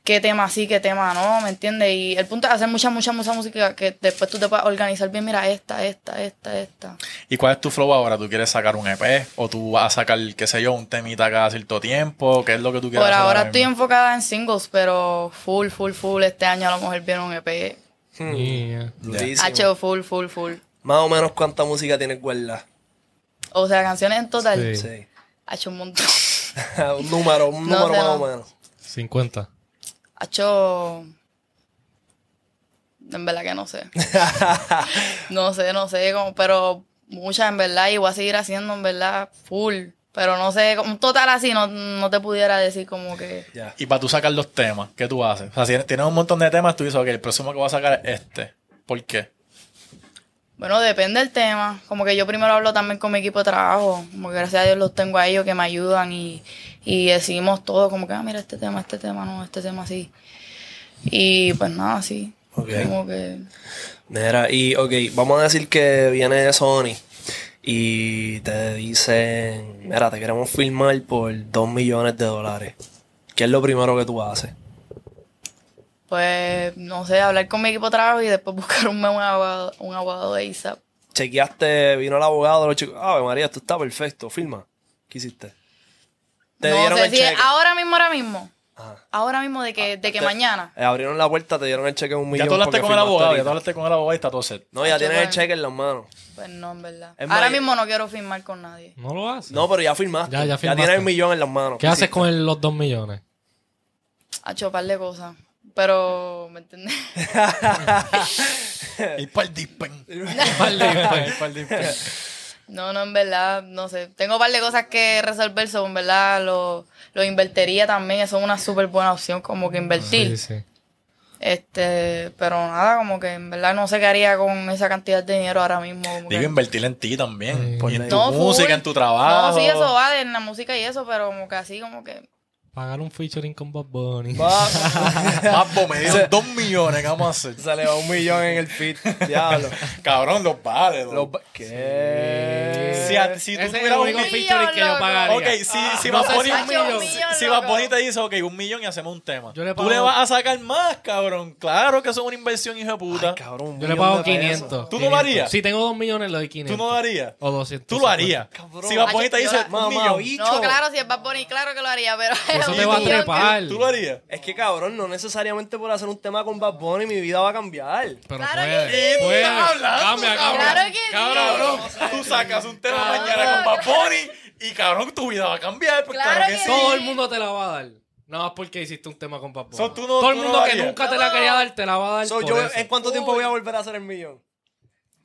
qué tema sí, qué tema no, ¿me entiendes? Y el punto es hacer mucha, mucha, mucha música que después tú te puedas organizar bien, mira, esta, esta, esta, esta.
¿Y cuál es tu flow ahora? ¿Tú quieres sacar un EP? ¿O tú vas a sacar, qué sé yo, un temita cada cierto tiempo? ¿Qué es lo que tú quieres
Por
hacer
ahora
mismo?
estoy enfocada en singles, pero full, full, full. Este año a lo mejor viene un EP.
Yeah.
Hmm, Durísimo.
H.O. full, full, full.
Más o menos cuánta música tienes guardada.
O sea, canciones en total.
Sí.
Sí. *laughs*
Ha hecho un montón.
un número, un
No
número
sé,
más o
no.
menos.
50.
Ha hecho. En verdad que no sé. no sé, no sé, como, pero muchas en verdad y voy a seguir haciendo en verdad full. Pero no sé, como un total así no, no te pudiera decir como que...
Ya.
Y para tú sacar los temas, ¿qué tú haces? O sea, si tienes un montón de temas, tú dices, ok, el próximo que voy a sacar es este. ¿Por qué?
Bueno, depende del tema. Como que yo primero hablo también con mi equipo de trabajo. Como que gracias a Dios los tengo a ellos que me ayudan y, y decidimos todo. Como que, ah, mira, este tema, este tema, no, este tema sí. Y pues nada, sí.
Ok.
Como que...
Mira, y ok, vamos a decir que viene Sony y te dicen, mira, te queremos filmar por 2 millones de dólares. ¿Qué es lo primero que tú haces?
Pues, no sé, hablar con mi equipo de trabajo y después *laughs* buscar un, un abogado, un abogado de ISAP.
Chequeaste, vino el abogado, los chicos, ah, María, esto está perfecto, filma. ¿Qué hiciste? Te
no
dieron
sé
el
si
cheque.
es ahora mismo, ahora mismo.
Ajá.
Ahora mismo de que, de que
Te-
mañana.
eh, abrieron la puerta, te dieron el cheque de un millón.
Ya tú hablaste
porque
con el
filmaste
abogado, ya tú
ahorita.
hablaste con el abogado y está todo
*laughs*
set.
No, ya
Hacho,
tienes el
man.
cheque en las manos.
Pues no, en verdad.
Es
ahora
más,
mismo no quiero firmar con nadie.
No lo haces.
No, pero ya firmaste.
Ya,
Ya,
ya firmaste.
tienes el millón en las manos.
¿Qué haces
hiciste?
con el- los dos millones?
A chopar de cosas. Pero, *laughs* ¿me entiendes?
Y para el dispen. *laughs*
No, no, en verdad, no sé. Tengo un par de cosas que resolver, so, en verdad lo, lo invertiría también. Eso es una súper buena opción, como que invertir.
Sí, sí.
Este, pero nada, como que en verdad no sé qué haría con esa cantidad de dinero ahora mismo. como que-
Digo, invertir en ti también.
Mm.
Y en tu
No, full.
música, en tu trabajo.
No, sí,
*laughs*
eso va de la música y eso, pero como que así, como que.
Pagar un featuring con Bob Bunny.
*laughs* Mambo, me
*laughs*
dieron dos millones, ¿qué vamos a hacer?
*laughs* Se le va un millón en el pit.
*laughs*
Diablo.
Cabrón, los vale. los-
Los ba- ¿Qué?
Si a- si tú
Ese es el
tuvieras un
único
millón,
featuring que yo
loco.
pagaría.
Ok, si, si
no
Bad
sé
Bunny-
si
si-
un millón,
si Bad
loco.
Bunny te dice, ok, un millón y hacemos un tema.
Yo le
Tú le
pago-
vas a sacar más, cabrón. Claro que eso es una inversión, hijo de puta.
Ay, cabrón, un
Yo le
millón
pago
de pesos.
500.
¿Tú no lo
500.
harías?
Si tengo 2 millones, le doy
Tú
500.
no lo harías.
O 200.
Tú lo harías. Si Bad Bunny te
Ay, yo-
dice,
yo-
un
Mamá,
millón.
oí. Bicho.
No, claro, si es Bad Bunny, claro que lo haría, pero.
Eso
un
te va a
millón que-
trepar.
¿Tú lo harías?
Es que cabrón, no necesariamente por hacer un tema con Bad Bunny mi vida va a cambiar.
Pero
Claro
puede.
que sí.
puede.
¿Qué estás hablando,
Cambia,
cabrón?
cambia.
Claro que sí.
Cabrón, tú sacas un tema
Cabrón.
mañana con Bad Bunny y cabrón, tu vida va a cambiar. Pues claro,
Claro
que
que
sí.
Todo el mundo te la va a dar. Nada más porque hiciste un tema con Bad Bunny.
So, tú no-
Todo
tú
el
no
mundo
lo
que
harías.
nunca te la quería dar, te la va a dar.
So,
por
yo,
eso.
¿En cuánto tiempo voy a volver a hacer el millón?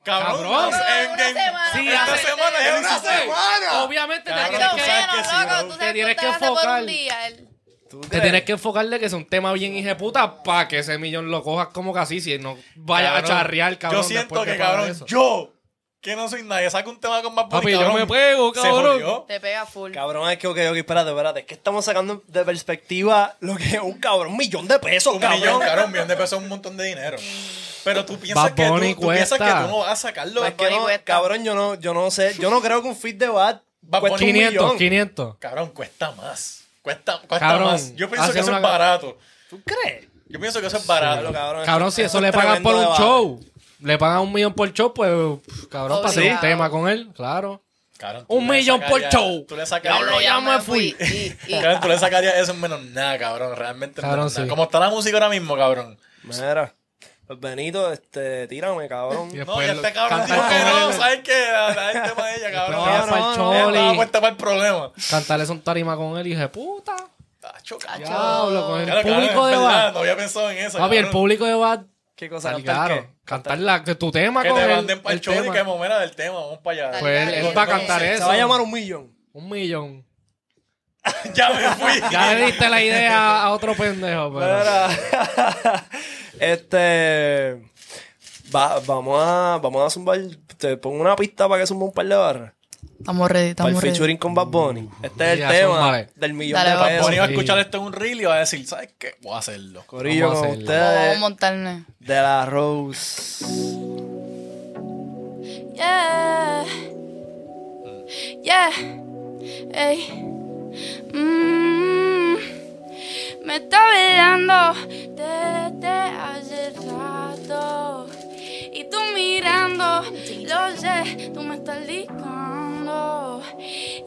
Cabrón,
Cabrón.
en-
Una
en-
semana,
Sí,
una
hace-
semana.
hace-
Una
hace-
Obviamente
Cabrón,
te
Pero
tú
tienes que,
sabes
bueno, loco,
que sí, bro.
tú
Te
sabes que
tienes
usted
que
hace por
enfocar.
un día. el-
¿Tú
te tienes que enfocarle que es un tema bien hijo de puta para que ese millón lo cojas como casi si no vayas a
Cabrón,
charrear, cabrón.
Yo siento
después de
que,
pagar
cabrón,
eso.
yo, que no soy nadie, saco un tema con Bad Bunny,
Papi, yo
cabrón,
me pego,
se
cabrón.
jodió.
Te pega full.
Cabrón, es que, ok, ok, espérate, espérate. Es que estamos sacando de perspectiva lo que es un cabrón, un millón de pesos,
Un
cabrón.
millón, cabrón, un millón de pesos es un montón de dinero. Pero tú piensas,
Bad
que tú,
Bunny
tú piensas que
cuesta.
tú no vas a sacarlo.
Es que
Bunny
no,
cuesta.
cabrón, yo no, yo no sé. Yo no creo que un fit de Bad
Bad
cueste
Bunny.
un
500,
millón.
500.
Cabrón, cuesta más. Cuesta, cuesta
Cabrón,
más. Yo pienso
hace
que eso
una
es
ca-
barato.
¿Tú crees?
Yo pienso que eso es barato.
Cabrón,
Cabrón, si eso le
es
pagan por
tremendo
un
debate.
show, le pagan un millón por show, pues pff,
Oh,
cabrón, para hacer un
Obligado.
tema con él, claro.
Cabrón, tú
Un
le
millón por
sacarías-
show.
Tú le
Cabrón,
sacarías...
ya me
Y,
*laughs*
y-
*laughs* Cabrón, tú le sacarías eso en menos nada, cabrón. Realmente en
Cabrón,
menos nada.
sí.
Como está la música ahora mismo, cabrón.
Mira, pues Benito, este, tírame, cabrón.
Y
No,
después
ya
lo-
este cabrón
cantar
dijo que
con
no.
él.
¿Sabes qué? La el tema de ella,
Después
cabrón.
vayas pa'l
no,
chol y
Estaba puesta para el problema.
cantarles un tarima con él y dije, puta.
Tacho, cabrón.
Diablo, con el
Claro, cabrón,
público
es
de
verdad,
Bad.
No había pensado en eso.
Papi, el
cabrón.
público de Bad.
¿Qué cosa?
Claro,
¿Cantar qué?
cantar la, que tu tema
Que
con
te
él,
manden para el
el
show y
tema.
que momera del tema. Vamos para allá.
Pues él, él va a cantar
Se
eso.
Se va a llamar un millón.
Un millón.
*laughs* ya me fui.
*laughs*
Pues,
Ya le diste la idea a otro pendejo, pero.
Mira, *laughs* este. va- vamos a. Vamos a zumbar. Te pongo una pista para que zumba un par de barras.
Estamos ready,
Para el
estamos ready.
featuring con Bad Bunny. Este es el
Uh, Ya,
tema
zúmbale.
del millón
Dale, Bad
de
Bonnie
pesos.
va a
Sí.
escuchar esto en un reel y va a decir, ¿sabes qué? Voy a hacerlo. *laughs*
Corillo
Vamos a
con
hacerlo.
Vamos a
ustedes.
montarnos.
De la Rose.
Yeah. Yeah. Ey. Mm. Me está velando desde hace rato. Y tú mirando, lo sé, tú me estás ligando.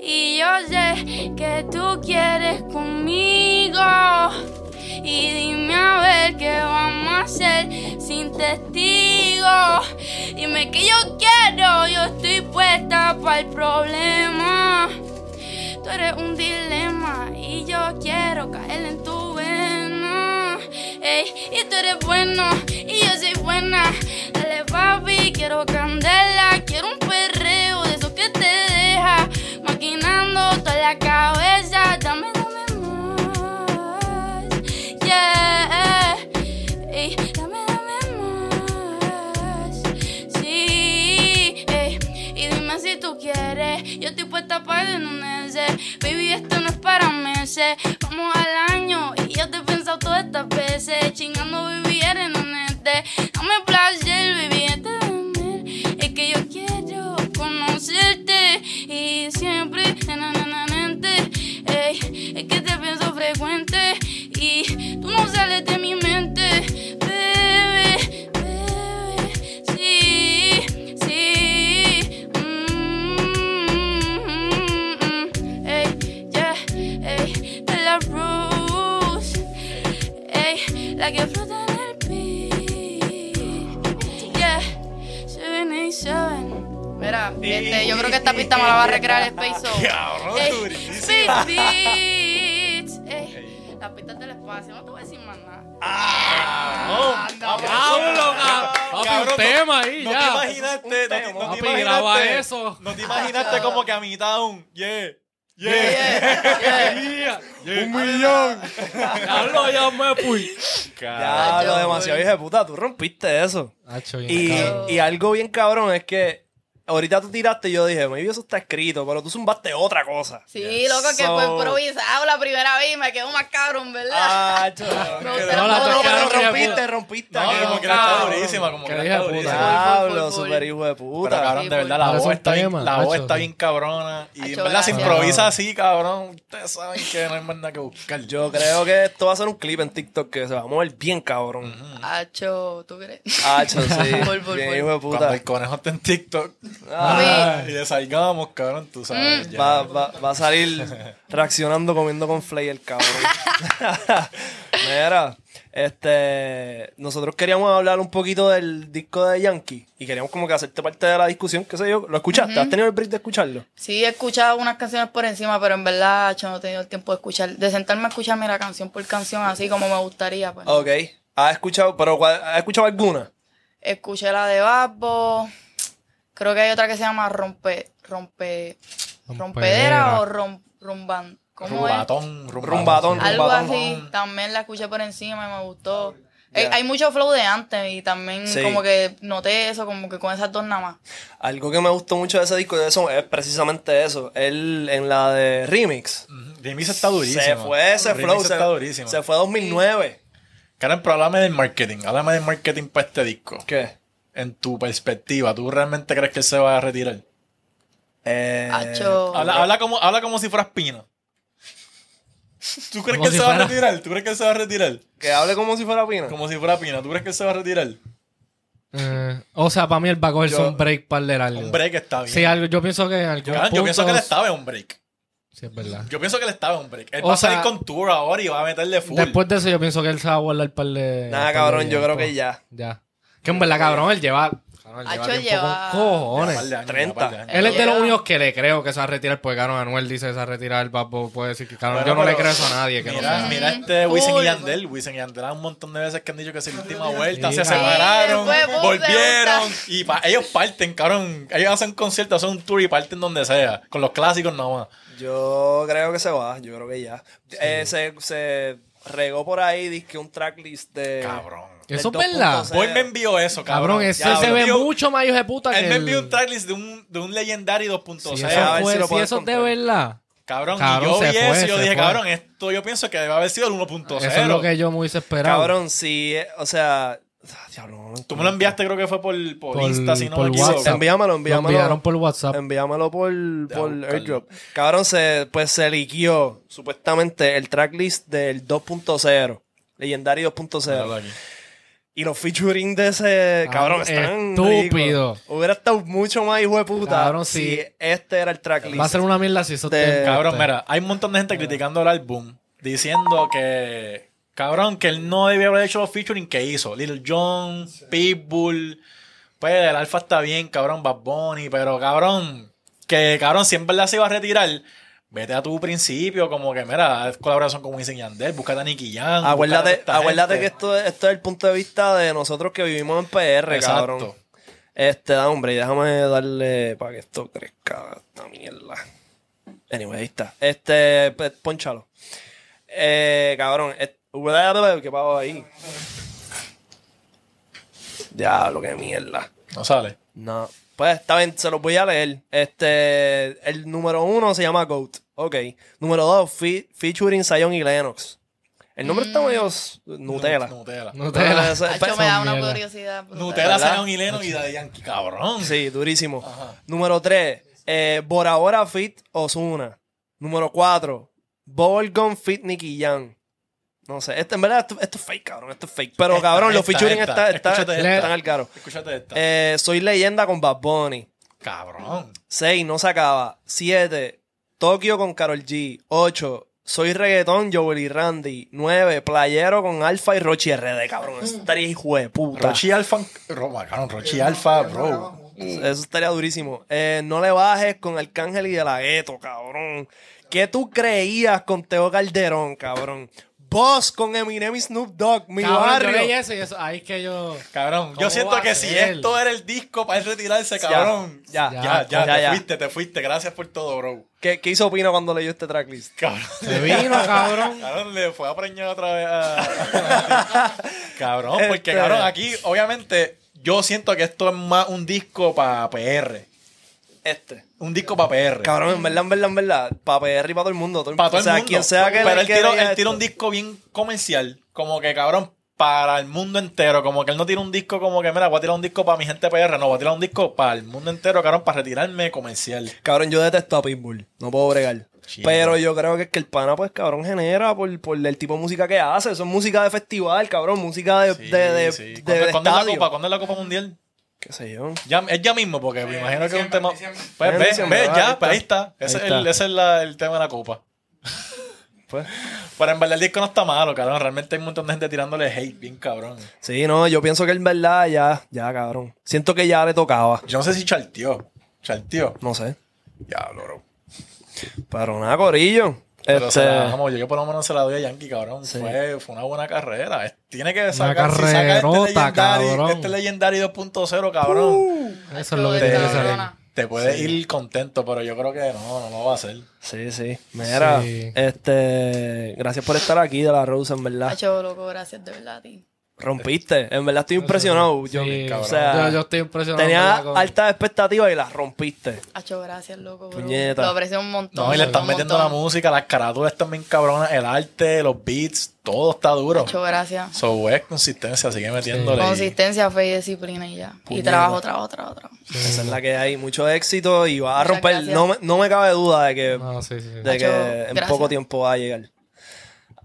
Y yo sé que tú quieres conmigo. Y dime a ver qué vamos a hacer sin testigo. Dime que yo quiero, yo estoy puesta para el problema. Tú eres un dilema y yo quiero caer en tu vena. Ey, y tú eres bueno y yo soy buena. Dale, papi, quiero candela, quiero un perreo. la cabeza, dame, dame más. Yeah, ey, dame, dame más. Sí, ey, y dime si tú quieres. Yo estoy puesta para en un ese. Baby, esto no es para meses. Vamos al año y yo te he pensado todas estas veces. Chingando, baby, eres un este. Dame placer, baby, este es Es que yo quiero conocerte y siempre en mente. Ey, es que te pienso frecuente y tú no sales de mi mente. Bebé, bebé, sí, sí. Mm, mm, mm. Ey, yeah, ey, de la Rose. Ey, la que flota en el beat. Yeah, seven eight seven.
Mira, este, yo creo que esta pista me la va a recrear Space
*laughs*
Soul.
Cabrón,
Ey,
durísimo.
Speed Beats. Ey, las pistas del espacio, no te voy a decir más nada.
Ah, ¡Diablo, ca- papi,
Cabrón,
un tema ahí,
No te
ya.
imaginaste, no, te- no
Papi,
te
graba
imaginaste.
eso.
No te imaginaste como que a mitad de un yeah, yeah.
Un millón. Diablo, ya me fui.
Ya, lo
yo
demasiado,
voy.
hija de puta, tú rompiste eso.
Hacho, bien
Y,
cabrón.
y algo bien cabrón es que ahorita tú tiraste y yo dije, maybe eso está escrito, pero tú zumbaste otra cosa.
Sí, loco, que fue
So-
improvisado la primera vez y me quedó más cabrón, ¿verdad?
Ah,
*laughs*
chaval.
Me
No,
gusta
pero
la
tocaron,
pero
hija de
rompiste,
puta.
rompiste.
No,
aquello.
como que era está
cabrón.
durísima, como que
Qué
era
hija de
está
puta.
durísima.
Diablo,
Full, full, full.
super hijo
Pero
de puta.
Sí,
cabrón, de verdad,
full.
la
Pero eso
voz
es
está bien,
tema,
la voz
macho.
está bien cabrona. Y en
Hacho,
verdad se
gracias.
improvisa así, cabrón. Ustedes saben que no hay más nada que buscar. Yo
Yo creo que esto va a ser un clip en TikTok que se va a mover bien cabrón.
Hacho, ¿tú crees? *laughs*
Ah, chaval,
Full,
sí.
full,
Bien
full.
hijo
cuando
de puta.
el conejo está en TikTok
Papi,
y le salgamos, cabrón, tú sabes. ya.
Va, va, va a salir reaccionando comiendo con Flay el cabrón. Mira, este. Nosotros queríamos hablar un poquito del disco de Yankee y queríamos como que hacerte parte de la discusión, qué sé yo. ¿Lo escuchaste? ¿Has tenido el break de escucharlo?
sí, he escuchado unas canciones por encima, pero en verdad, hacho, no he tenido el tiempo de escuchar, de sentarme a escuchar, mira, canción por canción, así como me gustaría, pues.
Ok. ¿Has escuchado, pero cuál- has escuchado alguna?
Escuché la de Babbo. Creo que hay otra que se llama Rompe. Rompe. Rompedera
Rompedera.
o rom, rumban. ¿Cómo
Rumbatón,
Rumbatón,
es? Algo
rumbatón.
así. También la escuché por encima y me gustó. Eh, Hay mucho flow de antes y también
Sí.
como que noté eso, como que con esas dos nada más.
Algo que me gustó mucho de ese disco de eso es precisamente eso. Él en la de Remix.
Ujú. Remix está durísimo.
Se fue ese
Remix
flow. Se,
está durísimo.
se fue 2009.
Karen, pero háblame del marketing. Háblame del marketing para este disco.
¿Qué?
En tu perspectiva, ¿tú realmente crees que él se va a retirar?
Eh,
Acho.
Habla, habla como, habla como si fueras Pino. ¿Tú crees
Como
que él
si
se va a
fuera-
retirar? ¿Tú crees que él se va a retirar?
que hable como si fuera Pina.
Como si fuera Pino. ¿Tú crees que él se va a retirar?
Eh, o sea, para mí él va a cogerse
Yo-
un break para leer algo.
Un break está bien.
Sí, algo, yo pienso que en algunos
Cabrón, yo pienso que él
puntos-
estaba en un break.
Sí, es verdad.
Yo pienso que él estaba en un break. Él
O
va a salir
sea,
con tour ahora y va a meterle full.
Después de eso, yo pienso que él se va a guardar par de.
Nada,
par de
cabrón, yo
tiempo.
creo que ya.
Ya. Que en verdad, cabrón, él lleva. cabrón, él
Hacho,
lleva tiempo
lleva-
con
Un par
cojones.
de años, un
30.
par de años.
Él es de los
Lleva-
únicos que le creo que se va a retirar, porque cabrón, Anuel dice que se va a retirar, papo, puede decir que cabrón,
Bueno,
yo no le
pero-
creo eso a nadie, que no
Mira,
sea.
mira este Wisin
Full.
y Yandel. Wisin y Yandel, un montón de veces que han dicho que es la última vuelta,
Sí,
se
cabrón.
separaron,
Sí, fue, boom,
volvieron.
de vuelta.
Y pa- ellos parten, cabrón. Ellos hacen conciertos, hacen un tour y parten donde sea. Con los clásicos nomás.
Yo creo que se va, yo creo que ya. Eh, se, se regó por ahí, dizque un tracklist de.
Cabrón.
del
Eso es verdad.
2.0.
Boy me envió eso, cabrón.
Cabrón, ese
Ya,
se
me
ve
envió-
mucho más hijo de puta que.
Él me
el-
envió un tracklist de un, de un legendario 2.0.
Si
A
eso
ver
fue,
si lo
si
puedes
eso es de
encontrar.
verdad.
Cabrón,
Cabrón,
y yo
se
vi
fue,
eso y yo
se
dije,
fue.
cabrón, esto yo pienso que debe haber sido el 1.0.
Eso es lo que yo me hubiese esperado.
Cabrón, sí, eh, o sea. ah, Diablo, no lo
Tú me lo enviaste, creo que fue por, por,
Por-
Insta, si no
por
me equivoco.
WhatsApp.
Envíamelo, envíamelo.
Lo enviaron por WhatsApp.
Enviámelo por, por
buscarlo.
airdrop. Cabrón, se, pues se liquió supuestamente el tracklist del 2.0. Legendario 2.0. Y los featuring de ese
Ah,
cabrón están.
estúpido.
ridículos. Hubiera estado mucho más hijo de puta
Cabrón,
si
sí.
este era el tracklist.
Va a ser una mierda si eso
De-
te-
Cabrón,
te-
mira, hay un montón de gente criticando el álbum, diciendo que, cabrón, que él no debió haber hecho los featuring que hizo. Little John, Pitbull, pues el Alfa está bien, cabrón, Bad Bunny, pero cabrón, que cabrón, si en verdad se iba a retirar, vete a tu principio, como que, mira, haz colaboración con Wisin y Yandel, búscate a Nicky Jam. búscate a
Acuérdate,
esta
acuérdate que
gente.
esto, es- esto es el punto de vista de nosotros que vivimos en PR,
Exacto.
cabrón. Este, da, hombre, déjame darle para que esto crezca esta mierda. Anyway, ahí está. Este, pe- ponchalo. Eh, cabrón, et- ¿qué pasó ahí? Diablo, qué mierda.
No sale.
No. Pues está bien, se los voy a leer. Este, el número uno se llama Goat. Ok. Número dos, fe- featuring Zion y Lennox. El nombre está medio s-
Mm.
Nutella.
Nutella.
No te
Nutella,
la...
ese-
Hacho,
pe-
esa
me da una
mierda.
curiosidad. brutal.
Nutella,
¿Verdad?
Zion y Lennox y Daddy Yankee, cabrón.
Sí, durísimo. Número 3, eh, Bora Bora Fit Osuna. Número 4, Bubblegum Fit Nicky Jam. No sé, este, en verdad esto, esto es fake, cabrón, esto es fake. Pero
Esta,
cabrón, los
esta,
featuring
esta.
está- está-
Escúchate
esta.
están al caro.
Escúchate esta.
Eh, soy leyenda con Bad Bunny.
Cabrón.
6, no se acaba. 7, Tokio con Carol G. 8, soy reggaetón, Joel y Randy. 9, playero con Alfa y Rochi RD, cabrón. Eso estaría hijo de puta.
Rochi Alfa. Roma, cabrón, Rochi Alfa, bro.
Eso estaría durísimo. Eh, no le bajes con Arcángel y de la gueto, cabrón. ¿Qué tú creías con Teo Calderón, cabrón? Vos con Eminem y Snoop Dogg, mi
Cabrón, yo leí
barrio.
eso y eso. Ahí es que yo.
Cabrón, yo
¿Cómo va
siento
a
que si
ser?
esto era el disco para él retirarse, cabrón.
ya,
ya, ya,
ya, ya,
te
ya.
fuiste, te fuiste. Gracias por todo, bro.
¿Qué, qué hizo Pino cuando leyó este tracklist? *laughs*
Cabrón.
Se vino, cabrón.
Cabrón, le fue a preñar otra vez a...
*laughs*
cabrón, porque
Este-
cabrón, aquí obviamente yo siento que esto es más un disco para PR.
Este.
Un disco para PR.
Cabrón, en verdad, en verdad, en verdad. Para PR y para todo el mundo. todo el-
para todo
o sea,
el mundo.
quien sea que
Pero
le
él tiró,
quiera
él tiró
esto.
un disco bien comercial, como que cabrón, para el mundo entero. Como que él no tira un disco como que, mira, voy a tirar un disco para mi gente PR. No, voy a tirar un disco para el mundo entero, cabrón, para retirarme comercial.
Cabrón, yo detesto a Pitbull. No puedo bregar.
Sí,
pero yo creo que es que el pana, pues, cabrón, genera por, por el tipo de música que hace. Eso es música de festival, cabrón. Música de,
Sí,
de, de,
sí. ¿Cuándo,
de- de
cuándo es la
estadio.
Copa? ¿Cuándo es la Copa Mundial?
Qué sé yo.
Ya, es ya mismo, porque me imagino que es un
diciembre,
tema.
diciembre.
Pues
En
ve,
diciembre,
ve,
ah, ahí
ya, pues, ahí
está.
está. Ese
Ahí
es, el,
está.
ese es la- el tema de la copa.
*laughs* Pues.
Pero en verdad el disco no está malo, cabrón. Realmente hay un montón de gente tirándole hate, bien cabrón.
Sí, no, yo pienso que en verdad ya, ya, cabrón. Siento que ya le tocaba.
Yo no sé si charteó. Charteó.
No sé.
Diablo, bro.
Pero nada, Corillo.
Pero
Este,
se la dejamos, yo que por lo menos se la doy a Yankee, cabrón. Fue, fue una buena carrera. Es- Tiene que sacar, si saca
carrerota,
este legendario,
cabrón.
este legendario 2.0, cabrón.
Eso es lo que
Te-
te,
tiene que salir.
cabrona.
te puedes ir contento, pero yo creo que no, no lo va a hacer.
sí, sí. Mira,
Sí.
este. Gracias por estar aquí de la Rose, en verdad.
Hacho, loco, gracias de verdad a ti.
Rompiste. En verdad estoy impresionado.
Sí,
yo,
cabrón.
o sea,
yo, yo estoy impresionado.
tenía
¿verdad? con-
altas expectativas y las rompiste.
Hacho, gracias, loco. bro.
Puñeta.
Lo aprecio un montón.
No, y le
un
están metiendo la
montón.
música, las carátulas están bien cabronas, el arte, los beats, todo está duro.
Hacho, gracias.
So es consistencia, sigue metiéndole. y-
Consistencia, fe y disciplina y ya. Y trabajo, trabajo, trabajo, trabajo.
Esa es la que hay. Mucho éxito y vas a
Muchas
romper.
gracias.
No me, no me cabe duda de que,
No, sí, sí. sí.
de que
Nacho,
en
gracias.
poco tiempo va a llegar.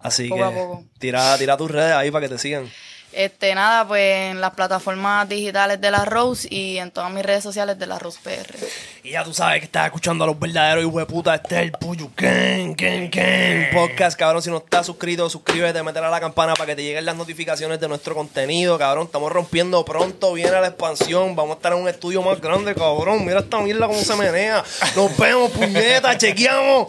Así
Poco
que
a poco.
Tira, tira tus redes ahí para que te sigan.
Este, nada, pues en las plataformas digitales de la Rose y en todas mis redes sociales de la Rose PR.
Y ya tú sabes que estás escuchando a los verdaderos hijos de puta. Este es el Puyo Gang, Gang, Gang Podcast, cabrón. Si no estás suscrito, suscríbete, métele a la campana para que te lleguen las notificaciones de nuestro contenido, cabrón. Estamos rompiendo pronto, viene la expansión. Vamos a estar en un estudio más grande, cabrón. Mira esta mierda cómo se menea. Nos vemos, puñeta, chequeamos.